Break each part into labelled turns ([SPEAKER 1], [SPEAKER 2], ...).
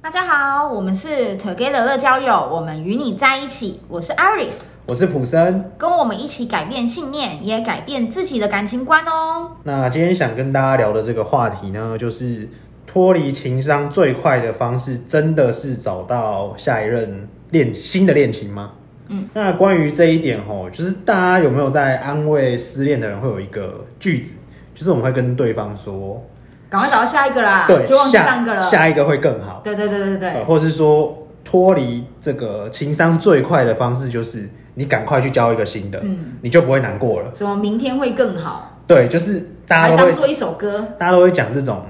[SPEAKER 1] 大家好，我们是 Together 乐交友，我们与你在一起。我是 Iris，
[SPEAKER 2] 我是普森。
[SPEAKER 1] 跟我们一起改变信念，也改变自己的感情观哦。
[SPEAKER 2] 那今天想跟大家聊的这个话题呢，就是脱离情商最快的方式，真的是找到下一任恋新的恋情吗？嗯，那关于这一点吼，就是大家有没有在安慰失恋的人会有一个句子，就是我们会跟对方说，
[SPEAKER 1] 赶快找到下一个啦，
[SPEAKER 2] 对，
[SPEAKER 1] 啊就忘记
[SPEAKER 2] 下
[SPEAKER 1] 上一个了。
[SPEAKER 2] 下一个会更好，
[SPEAKER 1] 对对对对对，
[SPEAKER 2] 呃，或是说脱离这个情商最快的方式，就是你赶快去交一个新的，
[SPEAKER 1] 嗯，
[SPEAKER 2] 你就不会难过了。
[SPEAKER 1] 什么明天会更好，
[SPEAKER 2] 对，就是大
[SPEAKER 1] 来
[SPEAKER 2] 家都会
[SPEAKER 1] 当做一首歌。
[SPEAKER 2] 大家都会讲这种，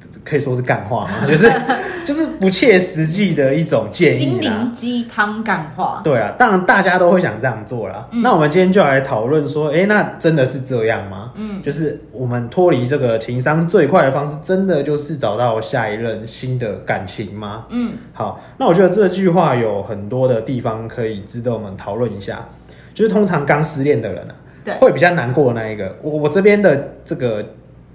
[SPEAKER 2] 这这可以说是干 话嘛，就是就是不切实际的一种建
[SPEAKER 1] 心
[SPEAKER 2] 议
[SPEAKER 1] 灵
[SPEAKER 2] 啦。
[SPEAKER 1] 鸡汤干话，
[SPEAKER 2] 对啊，当然大家都会想这样做啦。
[SPEAKER 1] 嗯
[SPEAKER 2] 那我们今天就来讨论说，诶，那真的是这样吗？嗯，就是我们脱离这个情商最快的方式，真的就是找到下一任新的感情吗？
[SPEAKER 1] 嗯，
[SPEAKER 2] 好，那我觉得这句话有很多的地方可以值得我们讨论一下。就是通常刚失恋的人啊
[SPEAKER 1] 对，
[SPEAKER 2] 会比较难过的那一个。我我这边的这个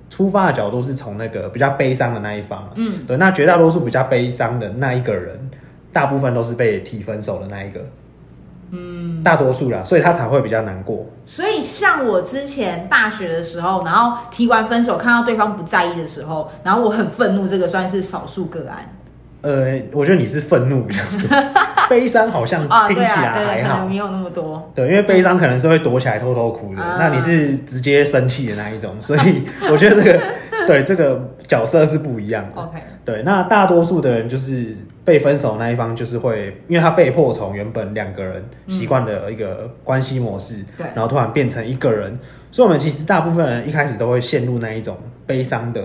[SPEAKER 2] 出发的角度是从那个比较悲伤的那一方、啊
[SPEAKER 1] 嗯，
[SPEAKER 2] 对。那绝大多数比较悲伤的那一个人，大部分都是被提分手的那一个，嗯，大多数啦，所以他才会比较难过。
[SPEAKER 1] 所以像我之前大学的时候，然后提完分手，看到对方不在意的时候，然后我很愤怒，这个算是少数个案
[SPEAKER 2] 呃，我觉得你是愤怒比较多， 悲伤好像
[SPEAKER 1] 啊，
[SPEAKER 2] 听
[SPEAKER 1] 对
[SPEAKER 2] 起
[SPEAKER 1] 啊，
[SPEAKER 2] 来
[SPEAKER 1] 对，
[SPEAKER 2] 还
[SPEAKER 1] 可
[SPEAKER 2] 好。
[SPEAKER 1] 能没有那么多，
[SPEAKER 2] 对，因为悲伤可能是会躲起来偷偷哭的，
[SPEAKER 1] 哦啊
[SPEAKER 2] 那你是直接生气的那一种，所以我觉得这个对这个角色是不一样的。
[SPEAKER 1] OK，
[SPEAKER 2] 对，那大多数的人就是被分手那一方，就是会因为他被迫从原本两个人习惯的一个关系模式，
[SPEAKER 1] 嗯对
[SPEAKER 2] 然后突然变成一个人，所以我们其实大部分人一开始都会陷入那一种悲伤的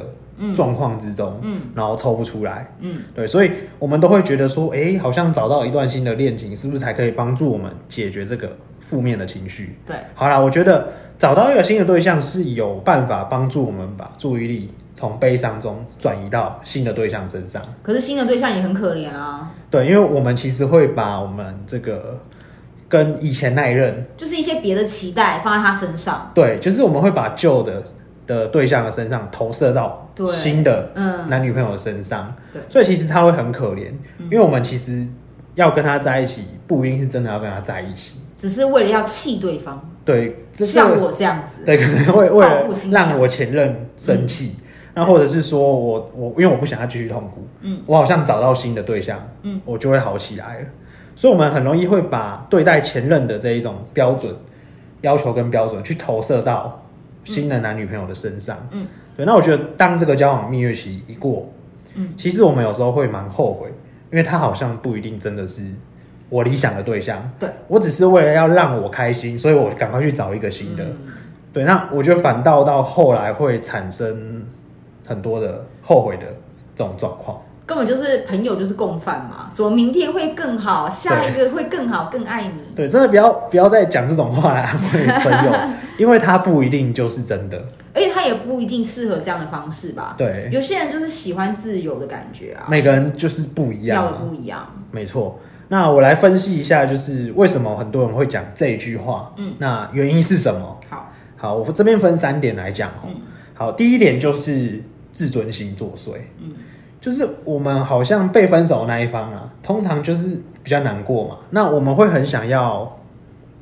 [SPEAKER 2] 状况之中，
[SPEAKER 1] 嗯，
[SPEAKER 2] 然后抽不出来，
[SPEAKER 1] 嗯，
[SPEAKER 2] 对，所以我们都会觉得说，哎、好像找到一段新的恋情，是不是才可以帮助我们解决这个负面的情绪？
[SPEAKER 1] 对，
[SPEAKER 2] 好啦，我觉得找到一个新的对象是有办法帮助我们把注意力从悲伤中转移到新的对象身上。
[SPEAKER 1] 可是新的对象也很可怜啊，
[SPEAKER 2] 对，因为我们其实会把我们这个跟以前那一任，
[SPEAKER 1] 就是一些别的期待放在他身上，
[SPEAKER 2] 对，就是我们会把旧的的对象的身上投射到
[SPEAKER 1] 对
[SPEAKER 2] 新的
[SPEAKER 1] 嗯，
[SPEAKER 2] 男女朋友的身上，
[SPEAKER 1] 对
[SPEAKER 2] 所以其实他会很可怜，
[SPEAKER 1] 嗯
[SPEAKER 2] 因为我们其实要跟他在一起，不一定是真的要跟他在一起。
[SPEAKER 1] 只是为了要气对方，
[SPEAKER 2] 对，这这
[SPEAKER 1] 像我这样子，
[SPEAKER 2] 对，可能会为
[SPEAKER 1] 报
[SPEAKER 2] 了
[SPEAKER 1] 复心嗯肠
[SPEAKER 2] 让我前任生气，那、或者是说我我因为我不想他继续痛苦，
[SPEAKER 1] 嗯，
[SPEAKER 2] 我好像找到新的对象，
[SPEAKER 1] 嗯，
[SPEAKER 2] 我就会好起来了。所以，我们很容易会把对待前任的这一种标准、要求跟标准去投射到新的男女朋友的身上，
[SPEAKER 1] 嗯，
[SPEAKER 2] 对。那我觉得，当这个交往蜜月期一过，
[SPEAKER 1] 嗯，
[SPEAKER 2] 其实我们有时候会蛮后悔，因为他好像不一定真的是我理想的对象，
[SPEAKER 1] 对
[SPEAKER 2] 我只是为了要让我开心，所以我赶快去找一个新的。
[SPEAKER 1] 嗯
[SPEAKER 2] 对，那我觉得反倒到后来会产生很多的后悔的这种状况。
[SPEAKER 1] 根本就是朋友就是共犯嘛，什么明天会更好，下一个会更好，更爱你，
[SPEAKER 2] 对，真的不要不要再讲这种话来安慰朋 友，因为他不一定就是真的。
[SPEAKER 1] 而且他也不一定适合这样的方式吧，
[SPEAKER 2] 对，
[SPEAKER 1] 有些人就是喜欢自由的感觉啊，
[SPEAKER 2] 每个人就是不一样
[SPEAKER 1] 要
[SPEAKER 2] 啊
[SPEAKER 1] 的
[SPEAKER 2] 嘛。
[SPEAKER 1] 不一样，
[SPEAKER 2] 没错。那我来分析一下，就是为什么很多人会讲这一句话。
[SPEAKER 1] 嗯，
[SPEAKER 2] 那原因是什么？
[SPEAKER 1] 好，
[SPEAKER 2] 好，我这边分三点来讲哦。
[SPEAKER 1] 嗯
[SPEAKER 2] 好，第一点就是自尊心作祟。
[SPEAKER 1] 嗯，
[SPEAKER 2] 就是我们好像被分手的那一方啊，通常就是比较难过嘛。那我们会很想要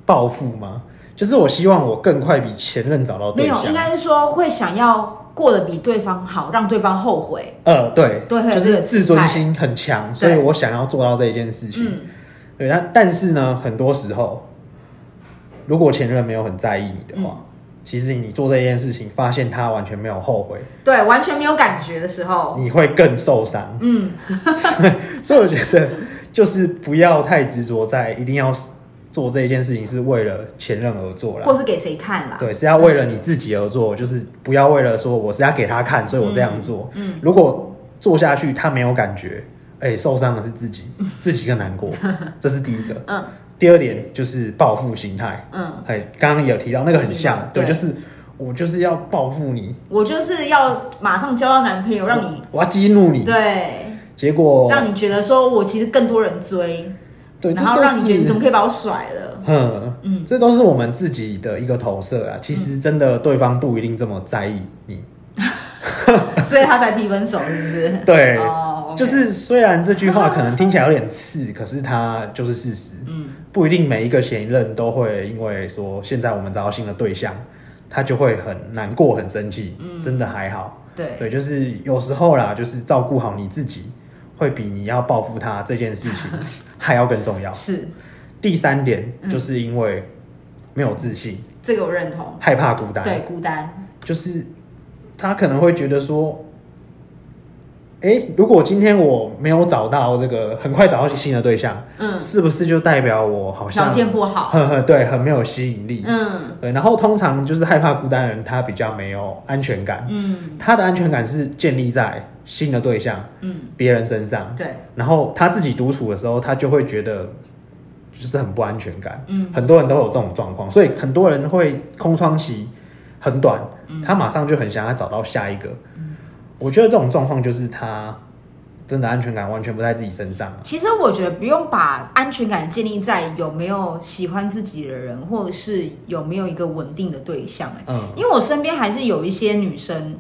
[SPEAKER 2] 报复吗？就是我希望我更快比前任找到
[SPEAKER 1] 没
[SPEAKER 2] 对象。
[SPEAKER 1] 有，应该是说会想要过得比对方好，让对方后悔，
[SPEAKER 2] 呃，对，
[SPEAKER 1] 对会有
[SPEAKER 2] 就
[SPEAKER 1] 这个
[SPEAKER 2] 是自
[SPEAKER 1] 期待
[SPEAKER 2] 尊心很强，所以我想要做到这一件事情。
[SPEAKER 1] 嗯，
[SPEAKER 2] 对，那但是呢，很多时候，如果前任没有很在意你的话，
[SPEAKER 1] 嗯
[SPEAKER 2] 其实你做这件事情，发现他完全没有后悔，
[SPEAKER 1] 对，完全没有感觉的时候，
[SPEAKER 2] 你会更受伤。
[SPEAKER 1] 嗯，
[SPEAKER 2] 所以我觉得，就是不要太执着在一定要做这一件事情是为了前任而做
[SPEAKER 1] 或
[SPEAKER 2] 啦。
[SPEAKER 1] 是给谁看啦，
[SPEAKER 2] 对，是要为了你自己而做，就是不要为了说我是要给他看，所以我这样做。
[SPEAKER 1] 嗯，
[SPEAKER 2] 如果做下去他没有感觉，哎、受伤的是 自己，自己更难过，这是第一个。
[SPEAKER 1] 嗯
[SPEAKER 2] 第二点就是报复心态，
[SPEAKER 1] 嗯，
[SPEAKER 2] 哎，刚刚也有提到那个很像，
[SPEAKER 1] 对
[SPEAKER 2] 对，就是我就是要报复你，
[SPEAKER 1] 我就是要马上交到男朋友，让你
[SPEAKER 2] 我要激怒你，
[SPEAKER 1] 对，
[SPEAKER 2] 结果
[SPEAKER 1] 让你觉得说我其实更多人追，
[SPEAKER 2] 对，
[SPEAKER 1] 然后
[SPEAKER 2] 这都
[SPEAKER 1] 让你觉得你
[SPEAKER 2] 是
[SPEAKER 1] 怎么可以把我甩了？
[SPEAKER 2] 嗯嗯，这都是我们自己的一个投射啊。其
[SPEAKER 1] 嗯
[SPEAKER 2] 实真的对方不一定这么在意你，
[SPEAKER 1] 所以他才提分手，是不是？
[SPEAKER 2] 对
[SPEAKER 1] 哦 OK
[SPEAKER 2] 就是虽然这句话可能听起来有点刺，可是它就是事实。嗯，不一定每一个前任都会因为说现在我们找到新的对象，他就会很难过、很生气。嗯，真的还好。
[SPEAKER 1] 对，
[SPEAKER 2] 对，就是有时候啦，就是照顾好你自己，会比你要报复他这件事 情还要更重要。
[SPEAKER 1] 是
[SPEAKER 2] 第三点，
[SPEAKER 1] 嗯
[SPEAKER 2] 就是因为没有自信，
[SPEAKER 1] 这个我认同。
[SPEAKER 2] 害怕孤单。
[SPEAKER 1] 对，孤单，
[SPEAKER 2] 就是他可能会觉得说，哎、如果今天我没有找到这个，很快找到新的对象，
[SPEAKER 1] 嗯，
[SPEAKER 2] 是不是就代表我好
[SPEAKER 1] 条
[SPEAKER 2] 像
[SPEAKER 1] 件不好，
[SPEAKER 2] 呵呵，对，很没有吸引力？
[SPEAKER 1] 嗯
[SPEAKER 2] 对，然后通常就是害怕孤单的人，他比较没有安全感，
[SPEAKER 1] 嗯
[SPEAKER 2] 他的安全感是建立在新的对象、
[SPEAKER 1] 嗯，
[SPEAKER 2] 别人身上，
[SPEAKER 1] 对，
[SPEAKER 2] 然后他自己独处的时候，他就会觉得。就是很不安全感，
[SPEAKER 1] 嗯
[SPEAKER 2] 很多人都有这种状况，所以很多人会空窗期很短，
[SPEAKER 1] 嗯
[SPEAKER 2] 他马上就很想要找到下一个。我觉得这种状况就是他真的安全感完全不在自己身上啊、
[SPEAKER 1] 其实我觉得不用把安全感建立在有没有喜欢自己的人，或者是有没有一个稳定的对象、欸。
[SPEAKER 2] 嗯，
[SPEAKER 1] 因为我身边还是有一些女生，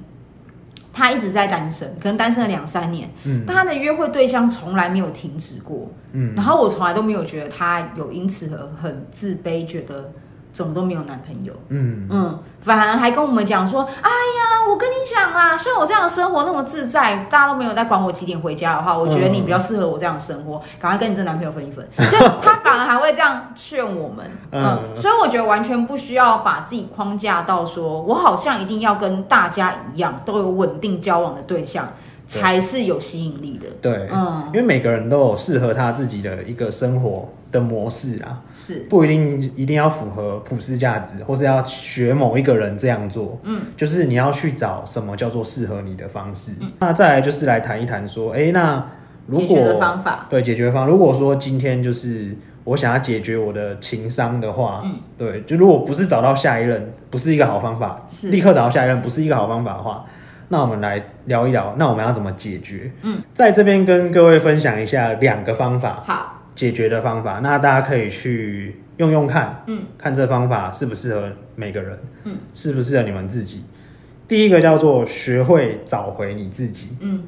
[SPEAKER 1] 她一直在单身，可能单身了两三年，
[SPEAKER 2] 嗯
[SPEAKER 1] 但她的约会对象从来没有停止过。
[SPEAKER 2] 嗯，
[SPEAKER 1] 然后我从来都没有觉得她有因此而很自卑，觉得怎么都没有男朋友。
[SPEAKER 2] 嗯，
[SPEAKER 1] 嗯，反而还跟我们讲说，哎呀，我跟你讲啦，像我这样的生活那么自在，大家都没有在管我几点回家的话，我觉得你比较适合我这样的生
[SPEAKER 2] 嗯
[SPEAKER 1] 活，赶快跟你这男朋友分一分。就他反而还会这样劝我们，嗯，
[SPEAKER 2] 嗯
[SPEAKER 1] 所以我觉得完全不需要把自己框架到说我好像一定要跟大家一样都有稳定交往的对象
[SPEAKER 2] 对
[SPEAKER 1] 才是有吸引力的。
[SPEAKER 2] 对，
[SPEAKER 1] 嗯，
[SPEAKER 2] 因为每个人都有适合他自己的一个生活的模式啊，
[SPEAKER 1] 是
[SPEAKER 2] 不一定一定要符合普世价值，或是要学某一个人这样做。嗯，就是你要去找什么叫做适合你的方式。那再来就是来谈一谈说，哎、那如
[SPEAKER 1] 嗯解
[SPEAKER 2] 果
[SPEAKER 1] 决的方法，
[SPEAKER 2] 对解决方，如果说今天就是我想要解决我的情商的话，
[SPEAKER 1] 嗯，
[SPEAKER 2] 对，就如果不是找到下一任，不是一个好方法，
[SPEAKER 1] 是
[SPEAKER 2] 立刻找到下一任不是一个好方法的话，那我们来聊一聊，那我们要怎么解决？
[SPEAKER 1] 嗯，
[SPEAKER 2] 在这边跟各位分享一下两个方法，
[SPEAKER 1] 好，
[SPEAKER 2] 解决的方法，那大家可以去用用看，
[SPEAKER 1] 嗯，
[SPEAKER 2] 看这方法适不适合每个人，
[SPEAKER 1] 嗯，
[SPEAKER 2] 适不适合你们自己。第一个叫做学会找回你自己，
[SPEAKER 1] 嗯，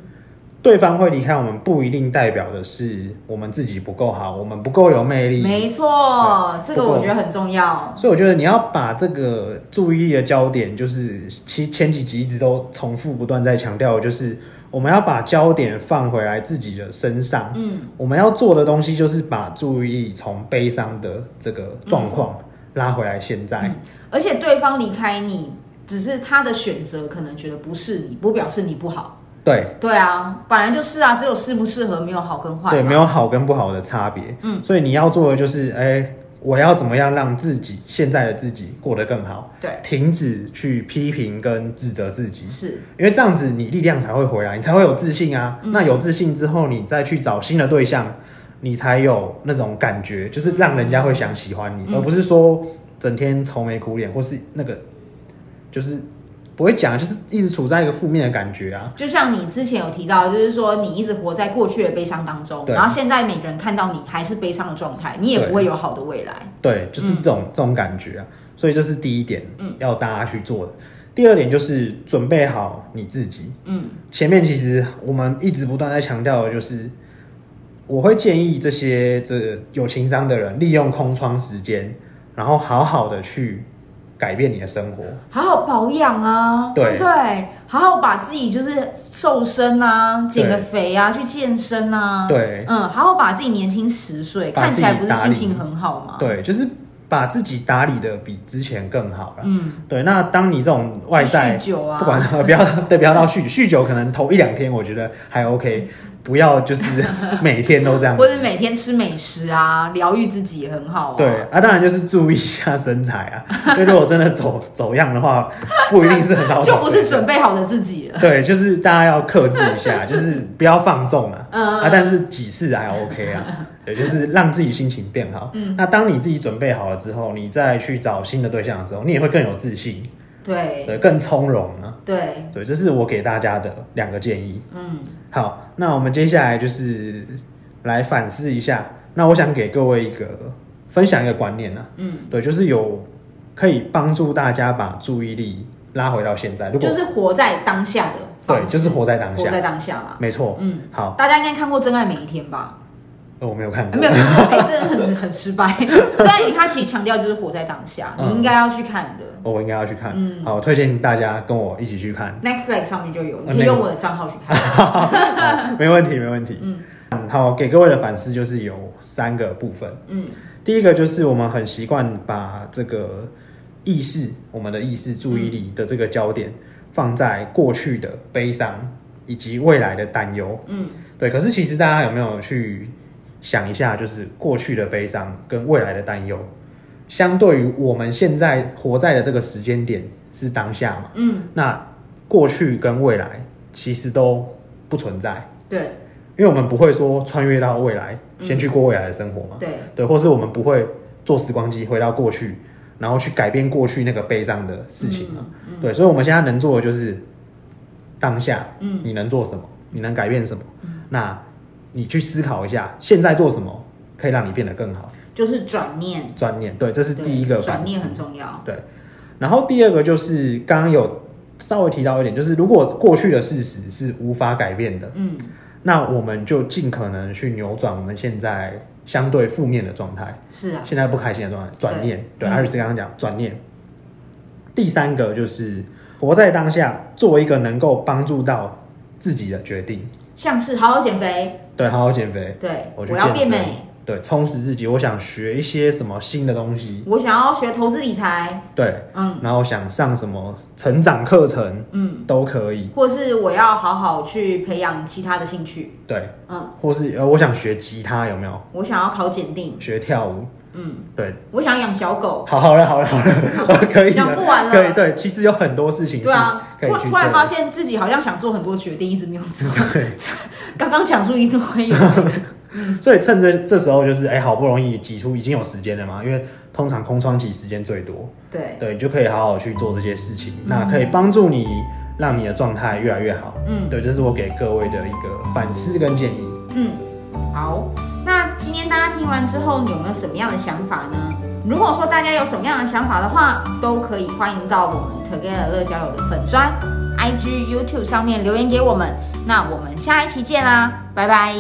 [SPEAKER 2] 对方会离开我们，不一定代表的是我们自己不够好，我们不够有魅力。
[SPEAKER 1] 没错，这
[SPEAKER 2] 对
[SPEAKER 1] 个
[SPEAKER 2] 不过
[SPEAKER 1] 我觉得很重要。
[SPEAKER 2] 所以我觉得你要把这个注意力的焦点，就是其前几集一直都重复不断在强调的，就是我们要把焦点放回来自己的身上，
[SPEAKER 1] 嗯，
[SPEAKER 2] 我们要做的东西就是把注意力从悲伤的这个状况
[SPEAKER 1] 嗯
[SPEAKER 2] 拉回来现在。
[SPEAKER 1] 而且对方离开你，只是他的选择，可能觉得不是你，不表示你不好。
[SPEAKER 2] 对
[SPEAKER 1] 对啊，本来就是啊，只有适不适合，没有好跟坏。
[SPEAKER 2] 对，没。有好跟不好的差别。
[SPEAKER 1] 嗯，
[SPEAKER 2] 所以你要做的就是，哎、我要怎么样让自己现在的自己过得更好？
[SPEAKER 1] 对，
[SPEAKER 2] 停止去批评跟指责自己，
[SPEAKER 1] 是
[SPEAKER 2] 因为这样子你力量才会回来，你才会有自信啊。那有自信之后，你再去找新的对象，你才有那种感觉，就是让人家会想喜欢你，而不是说整天愁眉苦脸，或是那个就是不会讲，就是一直处在一个负面的感觉啊。
[SPEAKER 1] 就像你之前有提到，就是说你一直活在过去的悲伤当中，
[SPEAKER 2] 对
[SPEAKER 1] 然后现在每个人看到你还是悲伤的状态，你也
[SPEAKER 2] 对
[SPEAKER 1] 不会有好的未来。
[SPEAKER 2] 对，就是这种、这种感觉啊。所以这是第一点，嗯，要大家去做的。第二点就是准备好你自己，
[SPEAKER 1] 嗯，
[SPEAKER 2] 前面其实我们一直不断在强调的就是，我会建议这些这有情商的人利用空窗时间，然后好好的去改变你的生活。
[SPEAKER 1] 好好保养啊，
[SPEAKER 2] 对
[SPEAKER 1] 不对？好好把自己就是瘦身啊，减个肥啊，去健身啊。，
[SPEAKER 2] 对
[SPEAKER 1] 嗯，好好把自己年轻十岁，
[SPEAKER 2] 把
[SPEAKER 1] 看起来不是
[SPEAKER 2] 自己打
[SPEAKER 1] 心
[SPEAKER 2] 理
[SPEAKER 1] 情很好吗？，
[SPEAKER 2] 对，就是把自己打理的比之前更好了。
[SPEAKER 1] 嗯，
[SPEAKER 2] 对，那当你这种外在
[SPEAKER 1] 去酗酒啊，
[SPEAKER 2] 不管 不要对，不要到酗酒酗酒，可能头一两天我觉得还 OK，不要就是每天都 这样
[SPEAKER 1] 或。者每天吃美食啊，疗愈自己也很好啊。。
[SPEAKER 2] 对啊，当然就是注意一下身材啊， 因为如果真的走走样的话，不一定是很 好
[SPEAKER 1] 就不是准备好的自己了。
[SPEAKER 2] 对，就是大家要克制一下， 就是不要放纵啊，
[SPEAKER 1] 嗯嗯
[SPEAKER 2] 啊，但是几次还 OK 啊，对，就是让自己心情变好。
[SPEAKER 1] 嗯
[SPEAKER 2] 那当你自己准备好了之后，你再去找新的对象的时候，你也会更有自信，
[SPEAKER 1] 对
[SPEAKER 2] 对，更从容啊。
[SPEAKER 1] 对，
[SPEAKER 2] 对，这是我给大家的两个建议。
[SPEAKER 1] 嗯，
[SPEAKER 2] 好，那我们接下来就是来反思一下。那我想给各位一个分享一个观念啊，
[SPEAKER 1] 嗯，
[SPEAKER 2] 对，就是有可以帮助大家把注意力拉回到现在。如果
[SPEAKER 1] 就是活在当下的方
[SPEAKER 2] 对，
[SPEAKER 1] 式，
[SPEAKER 2] 就是活在当
[SPEAKER 1] 活在
[SPEAKER 2] 下，
[SPEAKER 1] 当下嘛。
[SPEAKER 2] 没错。
[SPEAKER 1] 嗯，
[SPEAKER 2] 好，
[SPEAKER 1] 大家应该看过《真爱每一天》吧？
[SPEAKER 2] 呃我没有看过
[SPEAKER 1] 没，有，哎真的很很失败。 《真爱每一天》它其实强调就是活在当下，
[SPEAKER 2] 嗯
[SPEAKER 1] 你应该要去看的。
[SPEAKER 2] 哦我应该要去看。
[SPEAKER 1] 嗯
[SPEAKER 2] 好，我推荐大家跟我一起去看，
[SPEAKER 1] Netflix 上面就有，你
[SPEAKER 2] 嗯
[SPEAKER 1] 可以
[SPEAKER 2] 那个
[SPEAKER 1] 用我的账号去看。
[SPEAKER 2] 好没问题，没问题。
[SPEAKER 1] 嗯
[SPEAKER 2] 嗯，好，给各位的反思就是有三个部分。
[SPEAKER 1] 嗯
[SPEAKER 2] 第一个就是我们很习惯把这个意识、我们的意识、注意力的这个焦点放在过去的悲伤以及未来的担忧。
[SPEAKER 1] 嗯
[SPEAKER 2] 对，可是其实大家有没有去想一下，就是过去的悲伤跟未来的担忧，相对于我们现在活在的这个时间点是当下嘛？
[SPEAKER 1] 嗯，
[SPEAKER 2] 那过去跟未来其实都不存在，
[SPEAKER 1] 对
[SPEAKER 2] 因为我们不会说穿越到未来，先去过未来的生活嘛。
[SPEAKER 1] 对，
[SPEAKER 2] 对，或是我们不会坐时光机回到过去，然后去改变过去那个悲伤的 事情啊
[SPEAKER 1] 嗯
[SPEAKER 2] 嘛。对，所以我们现在能做的就是当下，
[SPEAKER 1] 嗯
[SPEAKER 2] 你能做什么？你能改变什么？那你去思考一下，现在做什么可以让你变得更好？
[SPEAKER 1] 就是转念，
[SPEAKER 2] 转念，对，这是
[SPEAKER 1] 对
[SPEAKER 2] 第一个
[SPEAKER 1] 转
[SPEAKER 2] 反
[SPEAKER 1] 念
[SPEAKER 2] 思
[SPEAKER 1] 很。重要。
[SPEAKER 2] 对，然后第二个就是刚刚有稍微提到一点，就是如果过去的事实是无法改变的，
[SPEAKER 1] 嗯
[SPEAKER 2] 那我们就尽可能去扭转我们现在相对负面的状态。，
[SPEAKER 1] 是啊，
[SPEAKER 2] 现在不开心的状态，转念，
[SPEAKER 1] 对
[SPEAKER 2] 对，
[SPEAKER 1] 嗯
[SPEAKER 2] 二十刚刚讲转念。第三个就是活在当下，做一个能够帮助到自己的决定，
[SPEAKER 1] 像是好好减肥，
[SPEAKER 2] 对，好好减肥，
[SPEAKER 1] 对，
[SPEAKER 2] 我
[SPEAKER 1] 我
[SPEAKER 2] 去
[SPEAKER 1] 要
[SPEAKER 2] 健
[SPEAKER 1] 变
[SPEAKER 2] 身
[SPEAKER 1] 美，，
[SPEAKER 2] 对，充实自己，我想学一些什么新的东西，
[SPEAKER 1] 我想要学投资理财，
[SPEAKER 2] 对，
[SPEAKER 1] 嗯
[SPEAKER 2] 然后想上什么成长课程
[SPEAKER 1] 嗯，
[SPEAKER 2] 都可以，
[SPEAKER 1] 或是我要好好去培养其他的兴趣，
[SPEAKER 2] 对，
[SPEAKER 1] 嗯，
[SPEAKER 2] 或是呃，我想学吉他，有没有？
[SPEAKER 1] 我想要考检定，
[SPEAKER 2] 学跳舞，
[SPEAKER 1] 嗯，
[SPEAKER 2] 对，
[SPEAKER 1] 我想养小狗，
[SPEAKER 2] 好，好了，好了，好了，可以
[SPEAKER 1] 讲
[SPEAKER 2] 了，
[SPEAKER 1] 不完
[SPEAKER 2] 可以，
[SPEAKER 1] 了。
[SPEAKER 2] 对，其实有很多事情是
[SPEAKER 1] 对啊，
[SPEAKER 2] 可以
[SPEAKER 1] 突
[SPEAKER 2] 去
[SPEAKER 1] 突然
[SPEAKER 2] 做
[SPEAKER 1] 发
[SPEAKER 2] 的，
[SPEAKER 1] 现自己好像想做很多决定，一直没有做。
[SPEAKER 2] 对。
[SPEAKER 1] 刚刚讲出一堆，
[SPEAKER 2] 所以趁着这时候，就是哎、好不容易挤出已经有时间了嘛，因为通常空窗期时间最多，
[SPEAKER 1] 对，嗯
[SPEAKER 2] 对，你就可以好好去做这些事情，那可以帮助你让你的状态越来越好。
[SPEAKER 1] 嗯
[SPEAKER 2] 对，这是我给各位的一个反思跟建议。
[SPEAKER 1] 嗯，好。那今天大家听完之后，你有没有什么样的想法呢？如果说大家有什么样的想法的话，都可以欢迎到我们 Together 乐交友的粉砖、IG、YouTube 上面留言给我们。那我们下一期见啦，拜拜。